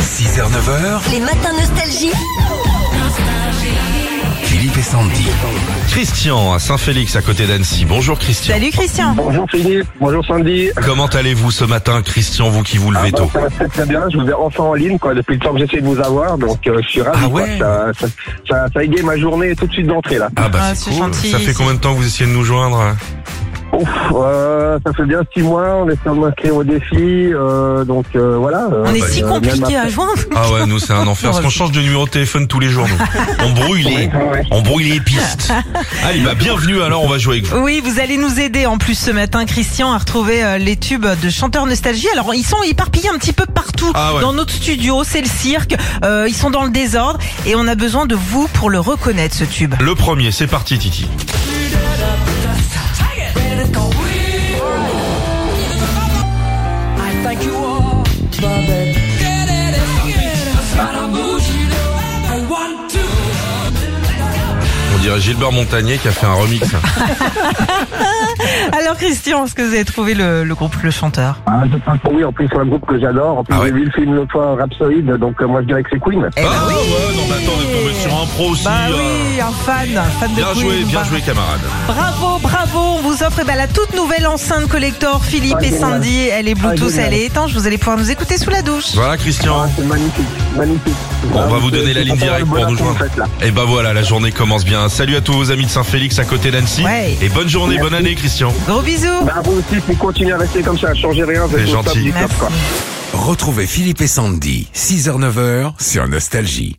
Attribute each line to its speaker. Speaker 1: 6h, 9h,
Speaker 2: Les matins nostalgie.
Speaker 1: Philippe et Sandy.
Speaker 3: Christian à Saint-Félix à côté d'Annecy. Bonjour Christian.
Speaker 4: Salut Christian.
Speaker 5: Bonjour Philippe, bonjour Sandy.
Speaker 3: Comment allez-vous ce matin Christian, vous qui vous
Speaker 5: Ah,
Speaker 3: levez
Speaker 5: moi,
Speaker 3: tôt
Speaker 5: ça va très très bien, je vous ai enfin en ligne quoi, depuis le temps que j'essaie de vous avoir, donc euh, je suis ravi.
Speaker 3: Ah
Speaker 5: quoi.
Speaker 3: ouais
Speaker 5: ça, ça, ça, ça a égayé ma journée tout de suite d'entrée là.
Speaker 3: Ah bah
Speaker 4: Ah,
Speaker 3: c'est
Speaker 4: c'est
Speaker 3: cool.
Speaker 4: gentil,
Speaker 3: Ça fait
Speaker 4: c'est-
Speaker 3: combien de temps que vous essayez de nous joindre hein
Speaker 5: Ouf, euh, ça fait bien six mois, on essaie de m'inscrire au défi, euh, donc euh, voilà.
Speaker 4: On est si compliqué hein. à joindre.
Speaker 3: Ah ouais, nous c'est un enfer parce
Speaker 4: Non,
Speaker 3: qu'on change de numéro de téléphone tous les jours. nous. On brouille les on brouille les pistes. Allez, bah bienvenue alors, on va jouer avec vous.
Speaker 4: Oui, vous allez nous aider en plus ce matin, Christian, à retrouver euh, les tubes de chanteurs nostalgie. Alors, ils sont éparpillés un petit peu partout
Speaker 3: Ah ouais.
Speaker 4: dans notre studio, c'est le cirque, euh, ils sont dans le désordre et on a besoin de vous pour le reconnaître, ce tube.
Speaker 3: Le premier, c'est parti Titi. On dirait Gilbert Montagnier qui a fait un remix.
Speaker 4: Eh Alors, Christian, est-ce que vous avez trouvé le, le groupe, le chanteur
Speaker 5: Ah, je pense que oui, en plus c'est un groupe que j'adore, en plus
Speaker 3: Ah ouais
Speaker 5: j'ai vu le film l'autre fois Rhapsody, donc euh, moi je dirais que c'est Queen.
Speaker 4: Eh ben
Speaker 3: ah
Speaker 4: oui.
Speaker 3: ouais, non mais attends, de tomber sur un pro aussi.
Speaker 4: Bah
Speaker 3: euh,
Speaker 4: oui, un fan, un fan de
Speaker 3: Bien
Speaker 4: Queen.
Speaker 3: joué, bien
Speaker 4: Bah,
Speaker 3: joué camarade.
Speaker 4: Bravo, bravo. On vous offre eh ben, la toute nouvelle enceinte collector Philippe
Speaker 5: Ah,
Speaker 4: et
Speaker 5: génial.
Speaker 4: Sandy. Elle est Bluetooth,
Speaker 5: génial.
Speaker 4: elle est étanche. Vous allez pouvoir nous écouter sous la douche.
Speaker 3: Voilà
Speaker 5: Ah,
Speaker 3: Christian.
Speaker 5: c'est magnifique, magnifique.
Speaker 3: Bon, on va
Speaker 5: Vraiment,
Speaker 3: vous
Speaker 5: c'est-
Speaker 3: donner la
Speaker 5: c'est
Speaker 3: ligne
Speaker 5: pas mal
Speaker 3: directe
Speaker 5: le
Speaker 3: pour
Speaker 5: bonheur
Speaker 3: nous
Speaker 5: qu'on
Speaker 3: joindre.
Speaker 5: fête, là.
Speaker 3: Et ben voilà, la journée commence bien. Salut à tous vos amis de Saint-Félix à côté d'Annecy.
Speaker 4: Ouais.
Speaker 3: Et bonne journée, bonne année Christian.
Speaker 4: Gros bisous.
Speaker 5: Bah, vous aussi, vous continuez à rester comme ça, changez rien, vous
Speaker 3: C'est
Speaker 5: êtes au top
Speaker 3: gentil.
Speaker 5: du top,
Speaker 4: Merci.
Speaker 5: quoi.
Speaker 1: Retrouvez Philippe et Sandy, 6h, 9h sur Nostalgie.